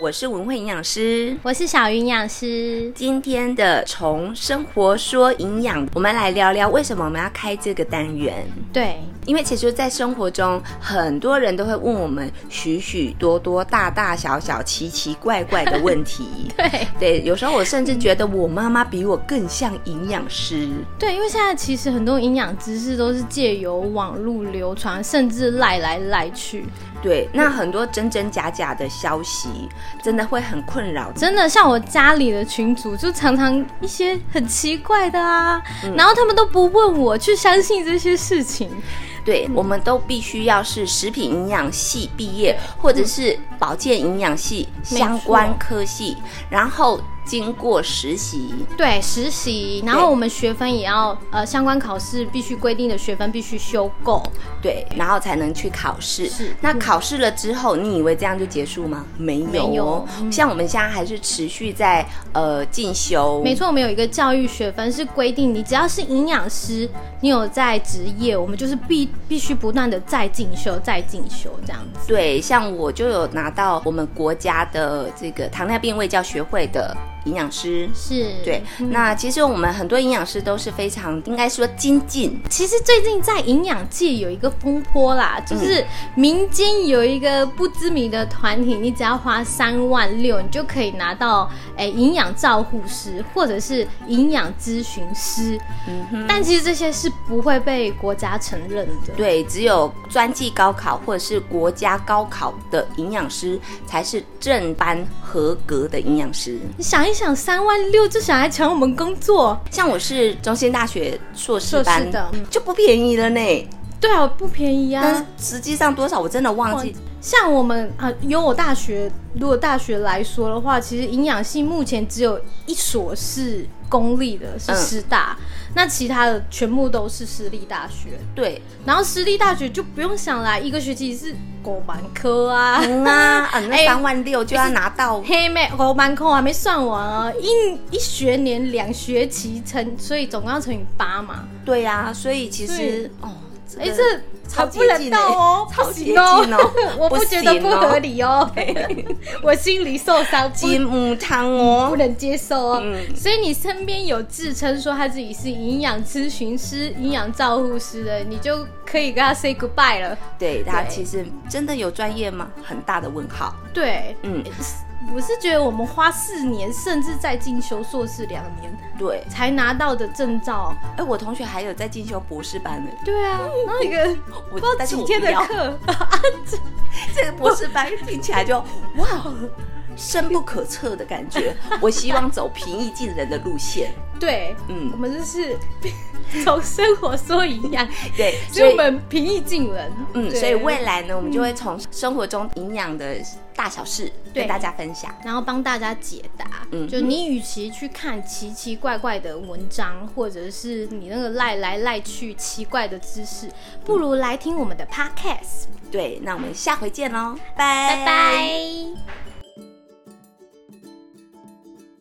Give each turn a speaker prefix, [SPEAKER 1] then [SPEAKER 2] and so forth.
[SPEAKER 1] 我是文慧营养师。
[SPEAKER 2] 我是小云养师。
[SPEAKER 1] 今天的从生活说营养，我们来聊聊为什么我们要开这个单元。
[SPEAKER 2] 对，
[SPEAKER 1] 因为其实，在生活中，很多人都会问我们许许多多、大大小小、奇奇怪怪的问题。
[SPEAKER 2] 对，
[SPEAKER 1] 对，有时候我甚至觉得我妈妈比我更像营养师。
[SPEAKER 2] 对，因为现在其实很多营养知识都是借由网络流传，甚至赖来赖去。
[SPEAKER 1] 对，那很多真真假假的消息，真的会很困扰。
[SPEAKER 2] 真的，像我家里的群主就常常一些很奇怪的啊，然后他们都不问我去相信这些事情。
[SPEAKER 1] 对，
[SPEAKER 2] 嗯
[SPEAKER 1] 我们都必须要是食品营养系毕业，或者是保健营养系
[SPEAKER 2] 没
[SPEAKER 1] 相
[SPEAKER 2] 错
[SPEAKER 1] 关科系，然后经过实习。
[SPEAKER 2] 对，实习，然
[SPEAKER 1] 对
[SPEAKER 2] 后我们学分也要呃相关考试必须规定的学分必须修够。
[SPEAKER 1] 对，然后才能去考试
[SPEAKER 2] 是。
[SPEAKER 1] 那考试了之后，你以为这样就结束吗？没有哦，
[SPEAKER 2] 没有嗯
[SPEAKER 1] 像我们现在还是持续在呃进修。
[SPEAKER 2] 没，错，我们有一个教育学分是规定，你只要是营养师，你有在职业，我们就是必必须不断的再进修、再进修这样子。
[SPEAKER 1] 对，像我就有拿到我们国家的这个糖尿病卫教学会的营养师。
[SPEAKER 2] 是，
[SPEAKER 1] 对，那其实我们很多营养师都是非常应该说精进，
[SPEAKER 2] 其实最近在营养界有一个风波啦，就是民间有一个不知名的团体，你只要花三万六，你就可以拿到诶营养照护师或者是营养咨询师。但其实这些是不会被国家承认的。
[SPEAKER 1] 对，只有专技高考或者是国家高考的营养师才是正班合格的营养师。
[SPEAKER 2] 你想一想，三万六就想来抢我们工作，
[SPEAKER 1] 像我是中心大学硕士
[SPEAKER 2] 硕士
[SPEAKER 1] 班
[SPEAKER 2] 的嗯
[SPEAKER 1] 就不便宜了呢。
[SPEAKER 2] 对啊，不便宜
[SPEAKER 1] 但是
[SPEAKER 2] 啊。
[SPEAKER 1] 实际上多少我真的忘记。
[SPEAKER 2] 像我们啊，有我大学，如果大学来说的话，其实营养系目前只有一所是公立的，是
[SPEAKER 1] 嗯
[SPEAKER 2] 师大，那其他的全部都是私立大学。
[SPEAKER 1] 对，
[SPEAKER 2] 然后私立大学就不用想啦，一个学期是狗蛮科 啊，
[SPEAKER 1] 嗯 啊，啊那
[SPEAKER 2] 哎
[SPEAKER 1] 三万六就要拿到。
[SPEAKER 2] 黑妹狗蛮科还没算完啊，一一学年两学期乘，所以总共要乘以八嘛。
[SPEAKER 1] 对呀、啊，所以其实
[SPEAKER 2] 对
[SPEAKER 1] 哦，真
[SPEAKER 2] 哎、
[SPEAKER 1] 的
[SPEAKER 2] 这
[SPEAKER 1] 超
[SPEAKER 2] 还
[SPEAKER 1] 接
[SPEAKER 2] 不能
[SPEAKER 1] 近
[SPEAKER 2] 到
[SPEAKER 1] 欸
[SPEAKER 2] 哦，
[SPEAKER 1] 超
[SPEAKER 2] 不
[SPEAKER 1] 接
[SPEAKER 2] 行哦
[SPEAKER 1] 近哦
[SPEAKER 2] 我不觉得
[SPEAKER 1] 不
[SPEAKER 2] 不
[SPEAKER 1] 行哦
[SPEAKER 2] 合理 哦， 我心里受伤，不
[SPEAKER 1] 金母汤
[SPEAKER 2] 不
[SPEAKER 1] 哦。
[SPEAKER 2] 能接受哦。
[SPEAKER 1] 嗯
[SPEAKER 2] 所以你身边有自称说他自己是营养咨询师、营养照护师的，你就可以跟他 say goodbye 了。
[SPEAKER 1] 对，他
[SPEAKER 2] 对
[SPEAKER 1] 其实真的有专业吗？很大的问号。
[SPEAKER 2] 对，
[SPEAKER 1] 嗯，
[SPEAKER 2] 我是觉得我们花四年，甚至再进修硕士两年
[SPEAKER 1] 对。
[SPEAKER 2] 才拿到的证照，
[SPEAKER 1] 哎，我同学还有在进修博士班呢，
[SPEAKER 2] 对啊，那个
[SPEAKER 1] 嗯我
[SPEAKER 2] 不知道
[SPEAKER 1] 但是
[SPEAKER 2] 几
[SPEAKER 1] 我
[SPEAKER 2] 天的
[SPEAKER 1] 不要
[SPEAKER 2] 课，
[SPEAKER 1] 这个博士班听起来就哇，哦深不可测的感觉。我希望走平易近人的路线。
[SPEAKER 2] 对，
[SPEAKER 1] 嗯
[SPEAKER 2] 我们就是 从生活说营养。
[SPEAKER 1] 对，
[SPEAKER 2] 所以我们平易近人，
[SPEAKER 1] 嗯，
[SPEAKER 2] 对嗯
[SPEAKER 1] 所以未来呢，我们就会从生活中营养的大小事
[SPEAKER 2] 对
[SPEAKER 1] 跟大家分享。
[SPEAKER 2] 然后帮大家解答。
[SPEAKER 1] 嗯
[SPEAKER 2] 就你与其去看奇奇怪怪的文章，或者是你那个赖来赖去奇怪的知识，不如
[SPEAKER 1] 嗯
[SPEAKER 2] 来听我们的 podcast。
[SPEAKER 1] 对，那我们下回见喽，
[SPEAKER 2] 拜拜。